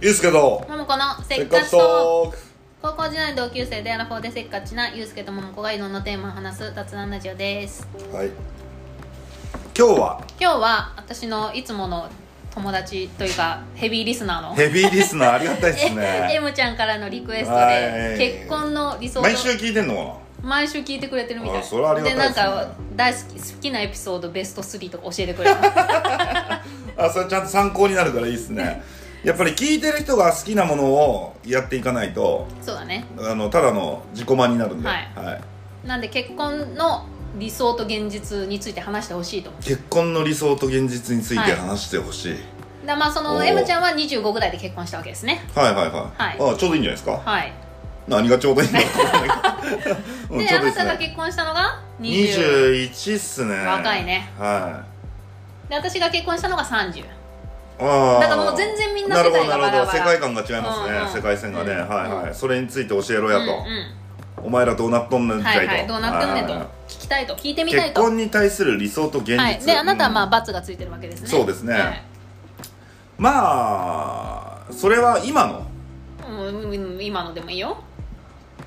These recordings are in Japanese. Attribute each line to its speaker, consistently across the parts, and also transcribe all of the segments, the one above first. Speaker 1: ゆうすけと
Speaker 2: 桃子のせ
Speaker 1: せ
Speaker 2: っ
Speaker 1: っか
Speaker 2: か
Speaker 1: く
Speaker 2: ちと
Speaker 1: トーク
Speaker 2: 高校時代の同級生でアラフォーでせっかちなゆうすけと桃子がいろんなテーマを話す雑談ラジオです
Speaker 1: はい今日は
Speaker 2: 今日は私のいつもの友達というかヘビーリスナーの
Speaker 1: ヘビーリスナーありがたいです
Speaker 2: え
Speaker 1: ね
Speaker 2: M ちゃんからのリクエスト
Speaker 1: はい
Speaker 2: で結婚の理想と
Speaker 1: 毎週聞いてんのかな
Speaker 2: 毎週聞いてくれてるみたい
Speaker 1: あそれはありがたいですね
Speaker 2: なんか大好き好きなエピソードベスト3とか教えて くれる
Speaker 1: あそれちゃんと参考になるからいいです ねやっぱり聞いてる人が好きなものをやっていかないと
Speaker 2: そうだね
Speaker 1: あのただの自己満になるんで、
Speaker 2: はい
Speaker 1: はい、
Speaker 2: なんで結婚の理想と現実について話してほしいと思う
Speaker 1: 結婚の理想と現実について話してほしい、
Speaker 2: だまあそ
Speaker 1: お
Speaker 2: の
Speaker 1: ー
Speaker 2: M ちゃんは25ぐらいで結婚したわけですね
Speaker 1: はい、はいはい
Speaker 2: は
Speaker 1: あちょうどいいんじゃないですか
Speaker 2: はい
Speaker 1: 何がちょうどいいんだろう うん
Speaker 2: で、
Speaker 1: ちょう
Speaker 2: あ
Speaker 1: どいいで
Speaker 2: なた
Speaker 1: す
Speaker 2: が
Speaker 1: ね
Speaker 2: 結婚したのが20
Speaker 1: 21っすね
Speaker 2: 若いね
Speaker 1: はい
Speaker 2: で私が結婚したのが30
Speaker 1: ああ
Speaker 2: だからもう全然みんな世界が
Speaker 1: なるほどなるほど
Speaker 2: バラバラ
Speaker 1: 世界観が違いますね、
Speaker 2: うんうん
Speaker 1: 世界線がね、
Speaker 2: うん
Speaker 1: はいはいそれについて教えろやと、
Speaker 2: うんう
Speaker 1: お前らどうなっとんねん
Speaker 2: ん、
Speaker 1: み
Speaker 2: は
Speaker 1: たい
Speaker 2: い
Speaker 1: と、
Speaker 2: はいどうなってんねんと
Speaker 1: はいはい
Speaker 2: 聞きたいと聞いてみたい
Speaker 1: 結
Speaker 2: と
Speaker 1: 婚に対する理想と現実、
Speaker 2: はい、であなたはまあ
Speaker 1: うん
Speaker 2: 罰がついてるわけですね
Speaker 1: そうですねまあそれは今の
Speaker 2: はいうんうんうん今のでもいいよ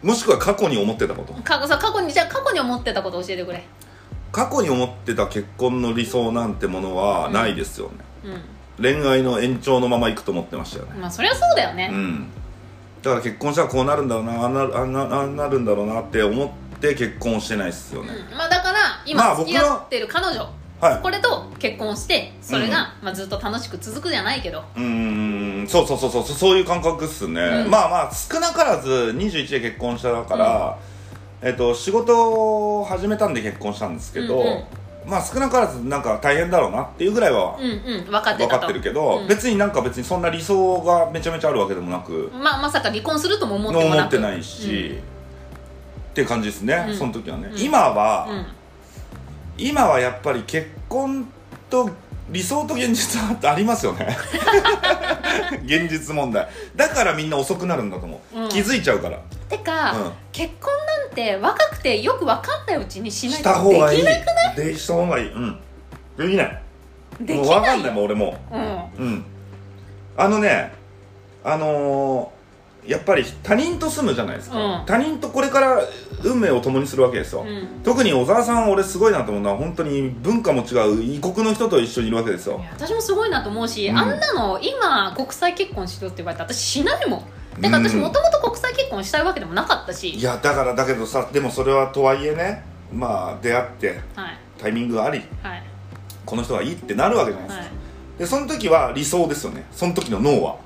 Speaker 1: もしくは過去に思ってたこと
Speaker 2: 過去さ過去にじゃあ過去に思ってたこと教えてくれ
Speaker 1: 過去に思ってた結婚の理想なんてものはないですよね、
Speaker 2: う
Speaker 1: 恋愛の延長のままいくと思ってましたよね
Speaker 2: んまあそりゃそうだよね、
Speaker 1: うんだから結婚したらこうなるんだろうなあんなあんなあんなるんだろうなって思って結婚をしてないっすよね、
Speaker 2: うんまあ、だか
Speaker 1: ま
Speaker 2: ら今
Speaker 1: あ僕
Speaker 2: 付
Speaker 1: の
Speaker 2: き合ってる彼女、
Speaker 1: はい
Speaker 2: これと結婚してそれが、まあ、ずっと楽しく続くじゃないけど
Speaker 1: うーんそうそうそうそうそういう感覚っすね、
Speaker 2: うん
Speaker 1: まあまあ少なからず21で結婚したから、えっと仕事を始めたんで結婚したんですけど、
Speaker 2: うんうん
Speaker 1: まあ少なからずなんか大変だろうなっていうぐらいは
Speaker 2: うんうん分かって
Speaker 1: 分
Speaker 2: た
Speaker 1: か
Speaker 2: と
Speaker 1: ってるけど、
Speaker 2: うん
Speaker 1: 別になんか別にそんな理想がめちゃめちゃあるわけでもなく、
Speaker 2: まあ、まさか離婚するとも思っても
Speaker 1: 思
Speaker 2: な
Speaker 1: っ
Speaker 2: く
Speaker 1: てないし、っていう感じですね、
Speaker 2: うん
Speaker 1: その時はね、
Speaker 2: うん
Speaker 1: 今は、
Speaker 2: うん
Speaker 1: 今はやっぱり結婚と理想と現実はありますよ ね現実問題だからみんな遅くなるんだと思う、
Speaker 2: うん
Speaker 1: 気づいちゃうから
Speaker 2: てか、
Speaker 1: うん
Speaker 2: 結婚なんて若くてよく分かんないうちにしない
Speaker 1: した方
Speaker 2: と
Speaker 1: が
Speaker 2: で
Speaker 1: いい
Speaker 2: きない
Speaker 1: でした方がいいうんできない
Speaker 2: でき
Speaker 1: もう分
Speaker 2: な
Speaker 1: か
Speaker 2: い
Speaker 1: んないもん俺も
Speaker 2: うん
Speaker 1: うんあのねあのーやっぱり他人と住むじゃないですか、
Speaker 2: うん
Speaker 1: 他人とこれから運命を共にするわけですよ、
Speaker 2: うん
Speaker 1: 特に小沢さんは俺すごいなと思うのは本当に文化も違う異国の人と一緒にいるわけですよ
Speaker 2: いや私もすごいなと思うし、
Speaker 1: うん
Speaker 2: あんなの今国際結婚しろって言われて私しないもんだから私
Speaker 1: うん
Speaker 2: もともと国際結婚したいわけでもなかった
Speaker 1: い
Speaker 2: し、
Speaker 1: やだからだけどさでもそれはとはいえねまあ出会って
Speaker 2: はい
Speaker 1: タイミングがあり
Speaker 2: はい
Speaker 1: この人がいいってなるわけじゃないです
Speaker 2: は
Speaker 1: か、
Speaker 2: い
Speaker 1: でその時は理想ですよねその時の脳は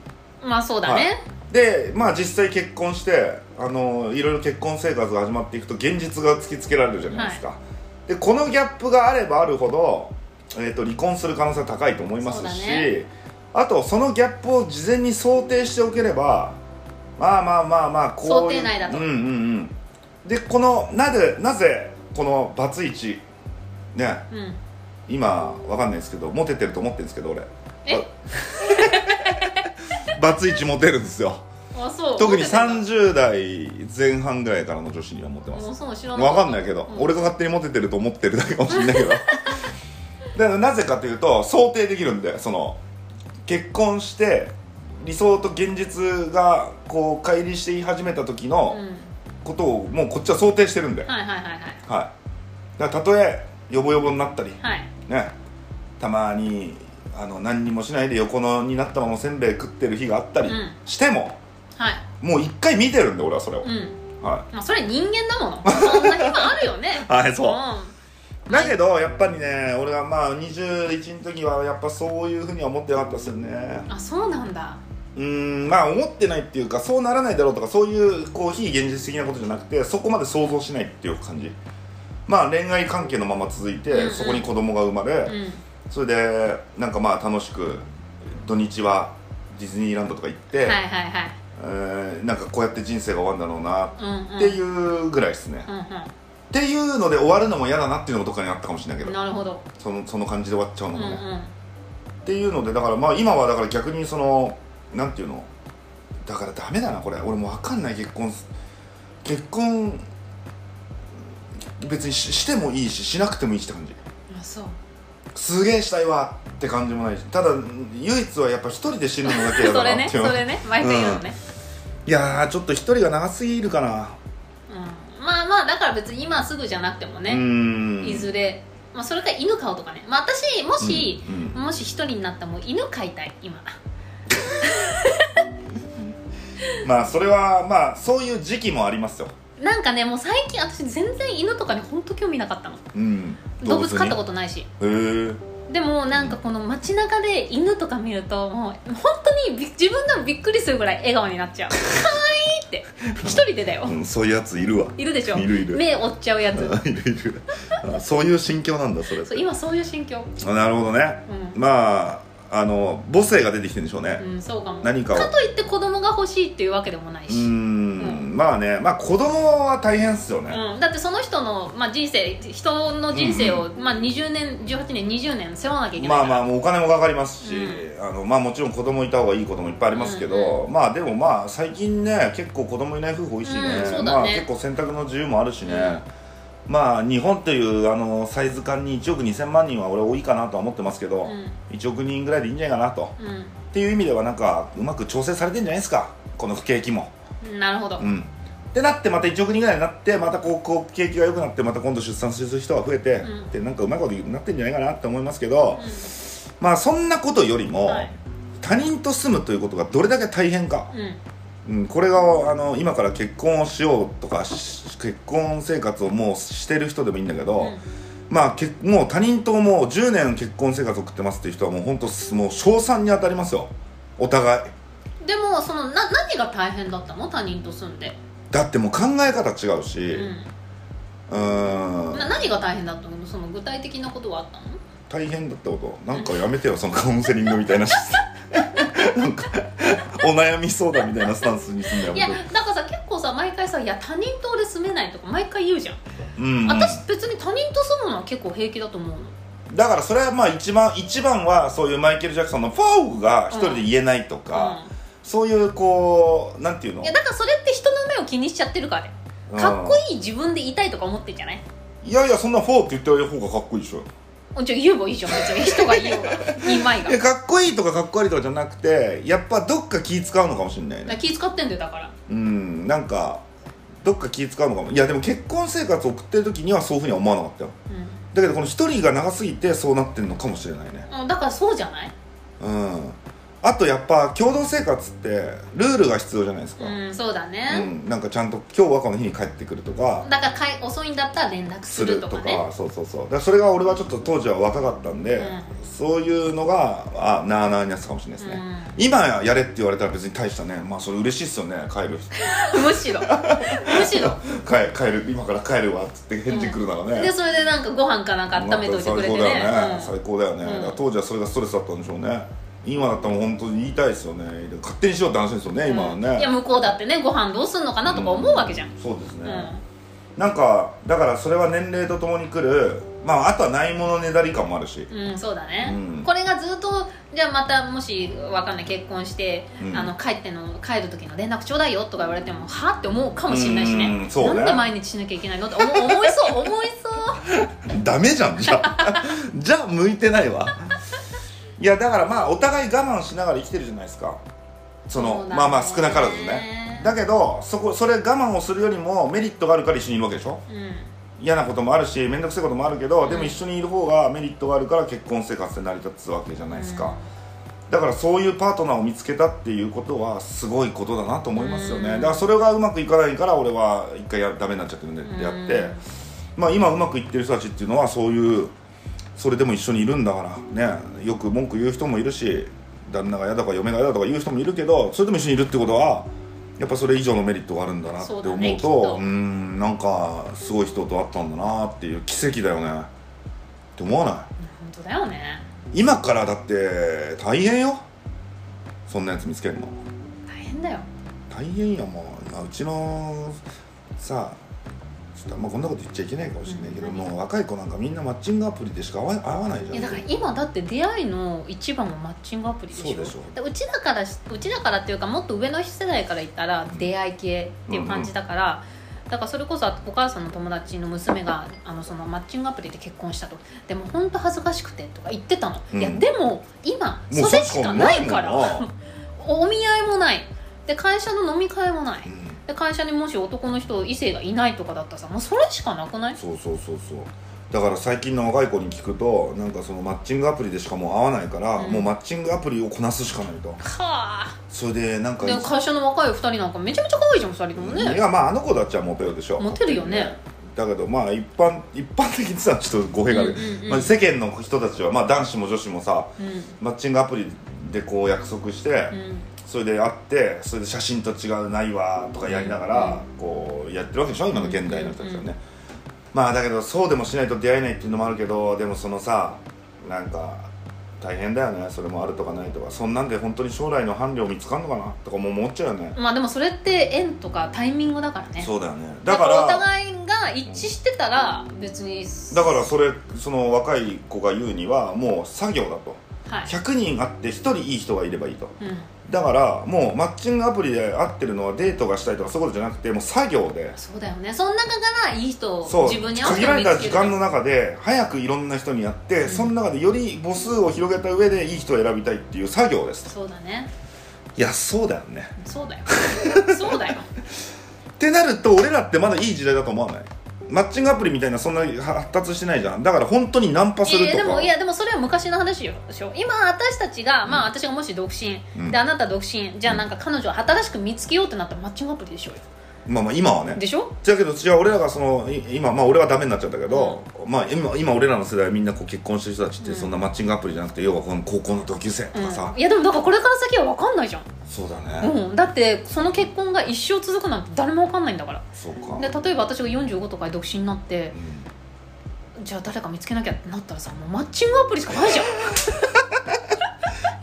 Speaker 2: まあそうだね、
Speaker 1: でまあ実際結婚してあのいろいろ結婚生活が始まっていくと現実が突きつけられるじゃないですか、でこのギャップがあればあるほど、えー、と離婚する可能性は高いと思います
Speaker 2: そう
Speaker 1: し、
Speaker 2: だね
Speaker 1: あとそのギャップを事前に想定しておければまあまあまあまあこういう
Speaker 2: 想定内だと
Speaker 1: うんうんうんでこのなぜなぜこのバツイチね
Speaker 2: うん
Speaker 1: 今わかんないですけどモテてると思ってるんですけど俺
Speaker 2: え
Speaker 1: バツイチモテるんですよ
Speaker 2: あそう
Speaker 1: 特に
Speaker 2: 三十
Speaker 1: 30代前半ぐらいからの女子にはモテます
Speaker 2: もうそう知ら
Speaker 1: わ
Speaker 2: なかった
Speaker 1: かんないけど、
Speaker 2: うん
Speaker 1: 俺が勝手にモテてると思ってるだけかもしれないけ どだからなぜかというと想定できるんでその結婚して理想と現実がこう乖離して言い始めた時
Speaker 2: う
Speaker 1: の
Speaker 2: ん
Speaker 1: ことをもうこっちは想定してるんで、はい
Speaker 2: はいはいはい
Speaker 1: だからたとえヨボヨボになったり
Speaker 2: はいはい
Speaker 1: ねたまにあの何にもしないで横のになったまませんべい食ってる日があったり
Speaker 2: うん
Speaker 1: しても、
Speaker 2: はい
Speaker 1: もう一回見てるんで俺はそれを、
Speaker 2: うん
Speaker 1: は
Speaker 2: まあそれ人間だものそんな日はあるよね
Speaker 1: はいそうんい、だけどやっぱりね俺はまあ21の時はやっぱそういうふうには思ってなかったですよね
Speaker 2: あそうなんだ
Speaker 1: うーんまあ思ってないっていうかそうならないだろうとかそういうこう非現実的なことじゃなくてそこまで想像しないっていう感じまあ恋愛関係のまま続いて、
Speaker 2: うんうん
Speaker 1: そこに子供が生まれ、
Speaker 2: うん
Speaker 1: それでなんかまあ楽しく土日はディズニーランドとか行って、
Speaker 2: はいはいはい
Speaker 1: えーなんかこうやって人生が終わるんだろうな
Speaker 2: うんうん
Speaker 1: っていうぐらいですね、
Speaker 2: う
Speaker 1: っ
Speaker 2: ん
Speaker 1: ていうので終わるのも嫌だなっていうのもどっかにあったかもしれないけ
Speaker 2: うん
Speaker 1: ど
Speaker 2: なるほど
Speaker 1: そのその感じで終わっちゃう
Speaker 2: う
Speaker 1: の
Speaker 2: んう
Speaker 1: がね、
Speaker 2: ん
Speaker 1: っていうのでだからまあ今はだから逆にそのなんていうのだからダメだなこれ俺もう分かんない結婚す結婚別にししてもいいししなくてもいいしって感じ
Speaker 2: あそう
Speaker 1: すげえしたいわって感じもないしただ唯一はやっぱ一人で死ぬのだけや
Speaker 2: そ
Speaker 1: だ
Speaker 2: れ
Speaker 1: な
Speaker 2: ね
Speaker 1: って
Speaker 2: そ
Speaker 1: いう
Speaker 2: れね毎回言うのね、
Speaker 1: いやーちょっと一人が長すぎるかな
Speaker 2: うんまあまあだから別に今すぐじゃなくても
Speaker 1: う
Speaker 2: ね、
Speaker 1: ん
Speaker 2: いずれ、まあ、それか犬飼おうとかね、まあ、私もし、
Speaker 1: うん
Speaker 2: もし一人になったらもう犬飼いたい今
Speaker 1: まあそれはまあそういう時期もありますよ
Speaker 2: なんかねもう最近私全然犬とかに本当興味なかったの
Speaker 1: うん
Speaker 2: 動物飼ったこととないし
Speaker 1: へえ
Speaker 2: でもなんかこの街中で犬とか見るともう本当にび自分がびっくりするぐらい笑顔になっ ちゃうかわいいって一人でだよ
Speaker 1: うん、そういうやついるわ
Speaker 2: いるでしょ
Speaker 1: いるいる
Speaker 2: 目追っちゃうやつ
Speaker 1: あいるいるあそういう心境なんだそれ
Speaker 2: そう今そういう心境
Speaker 1: あなるほどね、
Speaker 2: う
Speaker 1: まああの母性が出てきてるんでしょうね
Speaker 2: うんそうかも
Speaker 1: 何かを
Speaker 2: といって子供が欲しいっていうわけでもないう
Speaker 1: ー
Speaker 2: し、
Speaker 1: ん
Speaker 2: うん
Speaker 1: まあねまあ子供は大変っすよね、
Speaker 2: うん、だってその人の、まあ、人生人の人生を、まあ、20年18年20年背負わなきゃいけない
Speaker 1: ま
Speaker 2: か
Speaker 1: あ
Speaker 2: ら
Speaker 1: まあお金もかかりますし、
Speaker 2: う
Speaker 1: あのまあもちろん子供いた方がいいこともいっぱいありますけど、まあでもまあ最近ね結構子供いない夫婦多いしね,、
Speaker 2: うんそうだね
Speaker 1: まあ結構選択の自由もあるしね、まあ日本というあのサイズ感に1億2000万人は俺多いかなとは思ってますけど、1億人ぐらいでいいんじゃないかなと
Speaker 2: うん、
Speaker 1: っていう意味ではなんかうまく調整されてんじゃないですかこの不景気も
Speaker 2: うん、なるほど、
Speaker 1: うんってなってまた1億人ぐらいになってまたこうこう景気が良くなってまた今度出産する人が増えて、
Speaker 2: うん
Speaker 1: ってなんかうまいことになってんじゃないかなって思いますけど、
Speaker 2: う
Speaker 1: まあそんなことよりも、
Speaker 2: はい
Speaker 1: 他人と住むということがどれだけ大変か、
Speaker 2: んうん
Speaker 1: うん、これがあの今から結婚をしようとかし結婚生活をもうしてる人でもいいんだけど、
Speaker 2: うん
Speaker 1: まあけもう他人ともう10年結婚生活を送ってますっていう人はもう本当もう称賛に当たりますよお互い
Speaker 2: でもそのな何が大変だったの他人と住んで、
Speaker 1: だってもう考え方違うし
Speaker 2: う
Speaker 1: うーん
Speaker 2: ん、な何が大変だったのその具体的なことはあったの
Speaker 1: 大変だったことなんかやめてよそのカウンセリングみたいな なんかお悩み相談みたいなスタンスにすんだよ
Speaker 2: いや
Speaker 1: 本
Speaker 2: だからさ結構さ毎回さ「いや他人と俺住めない」とか毎回言うじゃん、
Speaker 1: 当にうんうん
Speaker 2: 私別に他人と住むのは結構平気だと思うの
Speaker 1: だからそれはまあ一番一番はそういうマイケル・ジャクソンの「フォー」が一人で言えないとか、そういうこうなんていう
Speaker 2: う
Speaker 1: の
Speaker 2: ん、いやだからそれって人の目を気にしちゃってるからだよ
Speaker 1: うん
Speaker 2: かっこいい自分でいたいとか思ってんじゃない
Speaker 1: いやいやそんな「フォー」って言ってる方がかっこいいでしょ
Speaker 2: おちょ言えばいいじゃん別に人が言おうが言いま いが
Speaker 1: いやかっこいいとかかっこ悪いとかじゃなくてやっぱどっか気使うのかもしれないね
Speaker 2: 気使ってんだよだから
Speaker 1: うんなんかどっか気使うのかもいやでも結婚生活を送ってる時にはそういうふうには思わなかったよ
Speaker 2: う
Speaker 1: だけどこの一人が長すぎてそうなってるのかもしれないね
Speaker 2: ん、うん、だからそうじゃない
Speaker 1: うんあとやっぱ共同生活ってルールが必要じゃないですか、
Speaker 2: うんそうだ
Speaker 1: う
Speaker 2: ね、
Speaker 1: んなんかちゃんと今日はこの日に帰ってくるとか
Speaker 2: だからかい遅いんだったら連絡するとかね
Speaker 1: そうそうそうだからそれが俺はちょっと当時は若かったんで、
Speaker 2: うん
Speaker 1: そういうのがあなあなあになってたかもしれないですね、今やれって言われたら別に大したねまあそれ嬉しいっすよね帰る
Speaker 2: うん、 むしろむしろ
Speaker 1: 帰帰る今から帰るわっつって返事来るならね、
Speaker 2: でそれでなんかご飯かなんか温めておいてくれてね,、
Speaker 1: まあ最高だよね、最高だよね、
Speaker 2: うん
Speaker 1: だから当時はそれがストレスだったんでしょうね今だったらもう本当に言いたいですよね勝手にしようって話ですよね、
Speaker 2: うん
Speaker 1: 今は
Speaker 2: うんいや
Speaker 1: ね
Speaker 2: 向こうだってねご飯どうすんのかなとか思うわけじゃん、うん
Speaker 1: そうですね、なんかだからそれは年齢とともに来るまああとはないものねだり感もあるし
Speaker 2: うん、そうだね、
Speaker 1: うん
Speaker 2: これがずっとじゃあまたもしわかんない結婚して、
Speaker 1: うん
Speaker 2: あの帰っての帰る時の連絡ちょうだいよとか言われてもはって思うかもしれないしね
Speaker 1: うんそうね
Speaker 2: なんで毎日しなきゃいけないのって思う思いそう思いそう
Speaker 1: ダメじゃんじゃあ じゃあ向いてないわいやだからまあお互い我慢しながら生きてるじゃないですかその
Speaker 2: そうだね
Speaker 1: まあまあ少なからずねだけどそこそれ我慢をするよりもメリットがあるから一緒にいるわけでしょ
Speaker 2: うん
Speaker 1: 嫌なこともあるし面倒くさいこともあるけど、でも一緒にいる方がメリットがあるから結婚生活で成り立つわけじゃ ないですか、だからそういうパートナーを見つけたっていうことはすごいことだなと思いますよね、
Speaker 2: う
Speaker 1: だ
Speaker 2: ん
Speaker 1: からそれがうまくいかないから俺は一回やダメになっちゃってるんで
Speaker 2: うん
Speaker 1: やって、まあ、今うまくいってる人たちっていうのはそういうそれでも一緒にいるんだからねよく文句言う人もいるし旦那が嫌だとか嫁が嫌だとか言う人もいるけどそれでも一緒にいるってことはやっぱそれ以上のメリットがあるんだなって思うと
Speaker 2: そううだねきっと
Speaker 1: ーんなんかすごい人と会ったんだなっていう奇跡だよねって思わない
Speaker 2: 本当だよね
Speaker 1: 今からだって大変よそんなやつ見つけるの
Speaker 2: 大変だよ
Speaker 1: 大変やもう、まあ、うちのさちょっとあんまこんなこと言っちゃいけないかもしれないけど、
Speaker 2: うん
Speaker 1: もう若い子なんかみんなマッチングアプリでしか会わ会わないじゃん
Speaker 2: いやだから今だって出会いの一番はマッチングアプリでしょ
Speaker 1: そうでしょ
Speaker 2: だからうちだからしうちだからっていうかもっと上の世代から言ったら出会い系っていう感じだから、だからそれこそお母さんの友達の娘があのそのマッチングアプリで結婚したとでも本当恥ずかしくてとか言ってたの、
Speaker 1: うん
Speaker 2: いやでも今そ
Speaker 1: もう
Speaker 2: れしかないから
Speaker 1: それしかないもん
Speaker 2: お見合いもないで会社の飲み会もない、
Speaker 1: うん
Speaker 2: で会社にもし男の人異性がいないとかだったらさもうそれしかなくない
Speaker 1: そうそうそうそうだから最近の若い子に聞くとなんかそのマッチングアプリでしかもう会わないから、
Speaker 2: うん
Speaker 1: もうマッチングアプリをこなすしかないと
Speaker 2: はあ
Speaker 1: それでなんか
Speaker 2: で会社の若い二人なんかめちゃめちゃ可愛いじゃん二人ともね
Speaker 1: いやまああの子たちはモテるでしょ
Speaker 2: モテるよね
Speaker 1: だけどまあ一般一般的にさちょっと語弊がある、
Speaker 2: うんうんうん
Speaker 1: まあ、世間の人たちは、まあ、男子も女子もさ
Speaker 2: うん
Speaker 1: マッチングアプリでこう約束して、
Speaker 2: うん
Speaker 1: それで会ってそれで写真と違うないわとかやりながら、こうやってるわけでしょ今の現代の人たちはね、
Speaker 2: うんうん
Speaker 1: まあだけどそうでもしないと出会えないっていうのもあるけどでもそのさなんか大変だよねそれもあるとかないとかそんなんで本当に将来の伴侶見つかんのかなとかも思っちゃうよね、
Speaker 2: まあでもそれって縁とかタイミングだからね
Speaker 1: そうだよねだ
Speaker 2: だ
Speaker 1: か
Speaker 2: かららお互いが一致してたら別に
Speaker 1: だからそれその若い子が言うにはもう作業だと
Speaker 2: はい、
Speaker 1: 100人会って1人いい人がいればいいと
Speaker 2: うん、
Speaker 1: だからもうマッチングアプリで会ってるのはデートがしたいとかそういうことじゃなくてもう作業で
Speaker 2: そうだよねその中からいい人
Speaker 1: そ
Speaker 2: を
Speaker 1: う
Speaker 2: 自分に合う
Speaker 1: 限
Speaker 2: 人を
Speaker 1: られ
Speaker 2: 見つ
Speaker 1: た
Speaker 2: け
Speaker 1: 時
Speaker 2: る
Speaker 1: 間の中で早くいろんな人にやって、その中でより母数を広げた上でいい人を選びたいっていう作業ですと
Speaker 2: そうだね
Speaker 1: いやそうだよね
Speaker 2: そうだよそうだよ
Speaker 1: ってなると俺らってまだいい時代だと思わないマッチングアプリみたいなそんな発達してないじゃんだから本当にナンパする
Speaker 2: えー
Speaker 1: と
Speaker 2: で
Speaker 1: か、
Speaker 2: もいやでもそれは昔の話よでしょ今私たちが、まあ私がもし独身、
Speaker 1: うん
Speaker 2: であなた独身じゃあなんか彼女を新しく見つけようってなったらマッチングアプリでしょうよ
Speaker 1: まあまあ今はね
Speaker 2: でしょ
Speaker 1: だけど違う俺らがそのい今まあ俺はダメになっちゃったけど、まあ今今俺らの世代はみんなこう結婚してる人たちって
Speaker 2: うん
Speaker 1: そんなマッチングアプリじゃなくて、要はこの高校の同級生とかさ
Speaker 2: う、ん、いやでもだからこれから先は分かんないじゃん、
Speaker 1: そうだね、
Speaker 2: うん、だってその結婚が一生続くなんて誰も分かんないんだから
Speaker 1: そうか、
Speaker 2: で例えば私が45とかで独身になって
Speaker 1: うん
Speaker 2: じゃあ誰か見つけなきゃってなったらさもうマッチングアプリしかないじゃん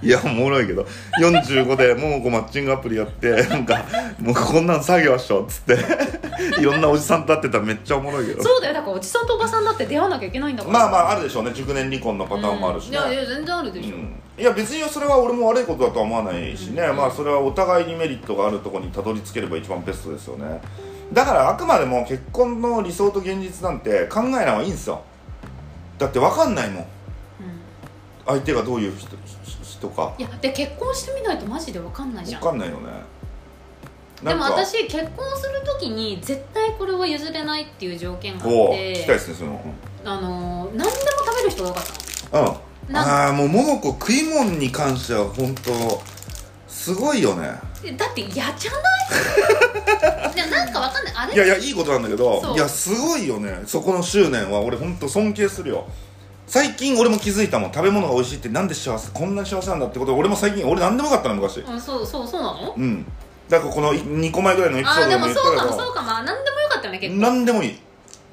Speaker 1: いやおもろいけど45でもうこうマッチングアプリやって なんかもうこんなん作業っしょっつって いろんなおじさんと会ってたらめっちゃおもろいけど
Speaker 2: そうだよだからおじさんとおばさんだって出会わなきゃいけないんだから
Speaker 1: まあまああるでしょうね熟年離婚のパターンもあるしね、
Speaker 2: うんいやいや全然あるでしょ、
Speaker 1: うんいや別にそれは俺も悪いことだとは思わないしね、
Speaker 2: うん
Speaker 1: まあそれはお互いにメリットがあるところにたどり着ければ一番ベストですよねだからあくまでも結婚の理想と現実なんて考えない方がいいんですよだって分かんないもん
Speaker 2: うん
Speaker 1: 相手がどういう人人か
Speaker 2: いやで結婚してみないとマジで分かんないじ
Speaker 1: 分
Speaker 2: ゃん
Speaker 1: かんないよね
Speaker 2: でも
Speaker 1: なんか
Speaker 2: 私結婚する時に絶対これは譲れないっていう条件があっ
Speaker 1: おお聞きたいで
Speaker 2: て
Speaker 1: すねその
Speaker 2: あのー何でも食べる人が多かったの
Speaker 1: うん、うん、
Speaker 2: なん
Speaker 1: ああもう桃子食い物に関しては本当すごいよね
Speaker 2: えだって嫌じゃ ないいやなんかわかんないあれ
Speaker 1: いやいやいいことなんだけど
Speaker 2: そう
Speaker 1: いやすごいよねそこの執念は俺本当尊敬するよ最近俺も気づいたもん食べ物が美味しいってなんで幸せこんなに幸せなんだってことで俺も最近俺何でもよかったの昔
Speaker 2: うん、そうそうそうなの
Speaker 1: うんだからこの2個前ぐらいのエピソ
Speaker 2: あ
Speaker 1: ー
Speaker 2: あ
Speaker 1: ド
Speaker 2: で
Speaker 1: で
Speaker 2: も
Speaker 1: も言っ
Speaker 2: そうかも
Speaker 1: た
Speaker 2: そうかも何でもよかったよね
Speaker 1: けど
Speaker 2: 結構
Speaker 1: 何でもいい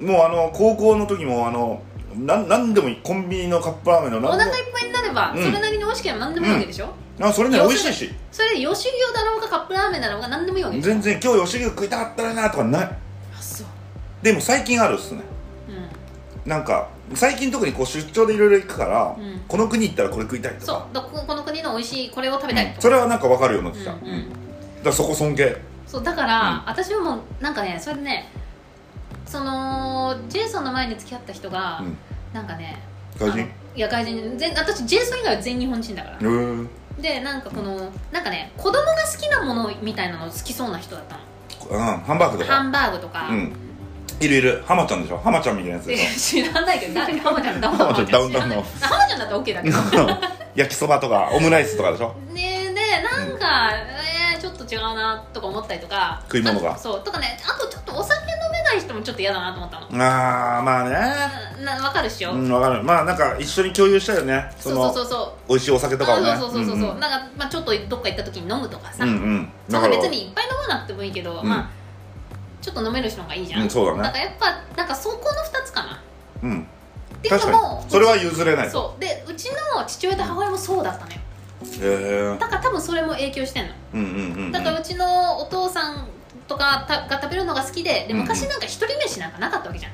Speaker 1: もうあの高校の時もあのなん何でもいいコンビニのカップラーメンの
Speaker 2: お
Speaker 1: 何で
Speaker 2: 腹
Speaker 1: も
Speaker 2: いっぱいになれば、
Speaker 1: うん
Speaker 2: それなりに美味しければ何でもいいわけでしょ、
Speaker 1: あそれね美味しいし
Speaker 2: それで吉牛だろうがカップラーメンだろうが何でもいいわけでしょ
Speaker 1: 全然今日吉木食いたかったなとかない
Speaker 2: あそう
Speaker 1: でも最近あるっすね
Speaker 2: うん
Speaker 1: なんか最近特にこう出張でいろいろ行くから、
Speaker 2: うん
Speaker 1: この国行ったらこれ食いたいと
Speaker 2: そ
Speaker 1: か
Speaker 2: うだここの国の美味しいこれを食べたいと
Speaker 1: そ
Speaker 2: か、
Speaker 1: れはなんか分かるようになってきた、
Speaker 2: うん
Speaker 1: う
Speaker 2: うんん
Speaker 1: だからそこ尊敬
Speaker 2: そうだから、私はもうなんかねそれでねそのジェイソンの前に付き合った人が、
Speaker 1: うん
Speaker 2: なんかね
Speaker 1: 外
Speaker 2: あ
Speaker 1: 人
Speaker 2: のいや外人全私ジェイソン以外は全日本人だから
Speaker 1: うーん
Speaker 2: でなんかこのなんかね子供が好きなものみたいなの好きそうな人だった
Speaker 1: う
Speaker 2: の
Speaker 1: んハンバーグと
Speaker 2: ハ
Speaker 1: か
Speaker 2: ンバーグとか、
Speaker 1: うんいるいるハマちゃんでしょハマちゃんみたいなやつで
Speaker 2: いや
Speaker 1: し
Speaker 2: 知らないけ ど誰ハマちゃんダウン
Speaker 1: 浜ちゃんダウンタウンの
Speaker 2: ハマちゃんだったら OK だけど
Speaker 1: ょ 焼きそばとかオムライスとかでしょ
Speaker 2: ねでなんか、えー、ちょっと違うなとか思ったりとか
Speaker 1: 食い物が
Speaker 2: あそうとかねあとちょっとお酒飲めない人もちょっと嫌だなと思ったの
Speaker 1: あーまあね
Speaker 2: うんな分かるっしょ、
Speaker 1: うん分かるまあなんか一緒に共有したいよねそ
Speaker 2: そう
Speaker 1: の
Speaker 2: そうそうそう
Speaker 1: 美味しいお酒とかをね
Speaker 2: あそうそうそうそうそう、
Speaker 1: んん
Speaker 2: なんか、まあ、ちょっとどっか行った時に飲むとかさ、
Speaker 1: うんうん
Speaker 2: そんな別にいっぱい飲まなくてもいいけど、
Speaker 1: うん
Speaker 2: まあちょっと飲める人の方がいいじゃん、
Speaker 1: うんそうだね
Speaker 2: なんかやっぱなんかそこの2つかな
Speaker 1: うん
Speaker 2: っていう
Speaker 1: 確
Speaker 2: の
Speaker 1: か
Speaker 2: も
Speaker 1: にそれは譲れないへ
Speaker 2: そうでうちの父親と母親もそうだったのよ
Speaker 1: え
Speaker 2: だから多分それも影響してんの
Speaker 1: うんうんうんうん
Speaker 2: だからうちのお父さんとかたが食べるのが好きでで
Speaker 1: うん
Speaker 2: 昔なんか一人飯なんかなかったわけじゃ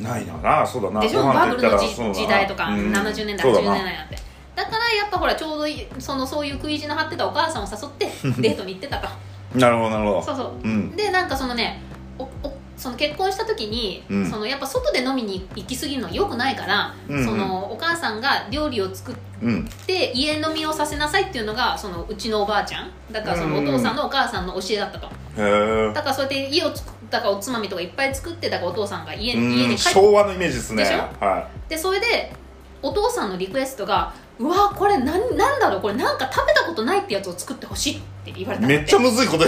Speaker 2: ん、
Speaker 1: ないななそうだな
Speaker 2: でしょ
Speaker 1: ご
Speaker 2: バ
Speaker 1: 飯と
Speaker 2: ブ
Speaker 1: いっ
Speaker 2: ル
Speaker 1: たら
Speaker 2: のじ
Speaker 1: そうだな
Speaker 2: 時代とか、
Speaker 1: うん
Speaker 2: 70年代
Speaker 1: そう
Speaker 2: 80
Speaker 1: だ
Speaker 2: 年
Speaker 1: な
Speaker 2: 代なんてだからやっぱほらちょうどいいそのそういう食い意地の張ってたお母 さんを誘ってデートに行ってたと
Speaker 1: なるほどなるほど
Speaker 2: そうそう
Speaker 1: うん
Speaker 2: でなんかそのねおおその結婚した時に、
Speaker 1: うん
Speaker 2: そのやっぱ外で飲みに行き過ぎるのはよくないから、
Speaker 1: うんうん
Speaker 2: そのお母さんが料理を作っ
Speaker 1: うん
Speaker 2: て家飲みをさせなさいっていうのがそのうちのおばあちゃんだからそのお父さんのお母さんの教えだったと
Speaker 1: へえ
Speaker 2: だからそうやって家を作だからおつまみとかいっぱい作ってだからお父さんが家,、家
Speaker 1: う
Speaker 2: に
Speaker 1: ん
Speaker 2: 帰って
Speaker 1: 昭和のイメージですね
Speaker 2: でしょ
Speaker 1: は
Speaker 2: でそれでお父さんのリクエストが「うわこれなんなんだろうこれなんか食べたことないってやつを作ってほしい」って言わ
Speaker 1: い
Speaker 2: れたんだ
Speaker 1: め
Speaker 2: っ
Speaker 1: ってちゃむずいこと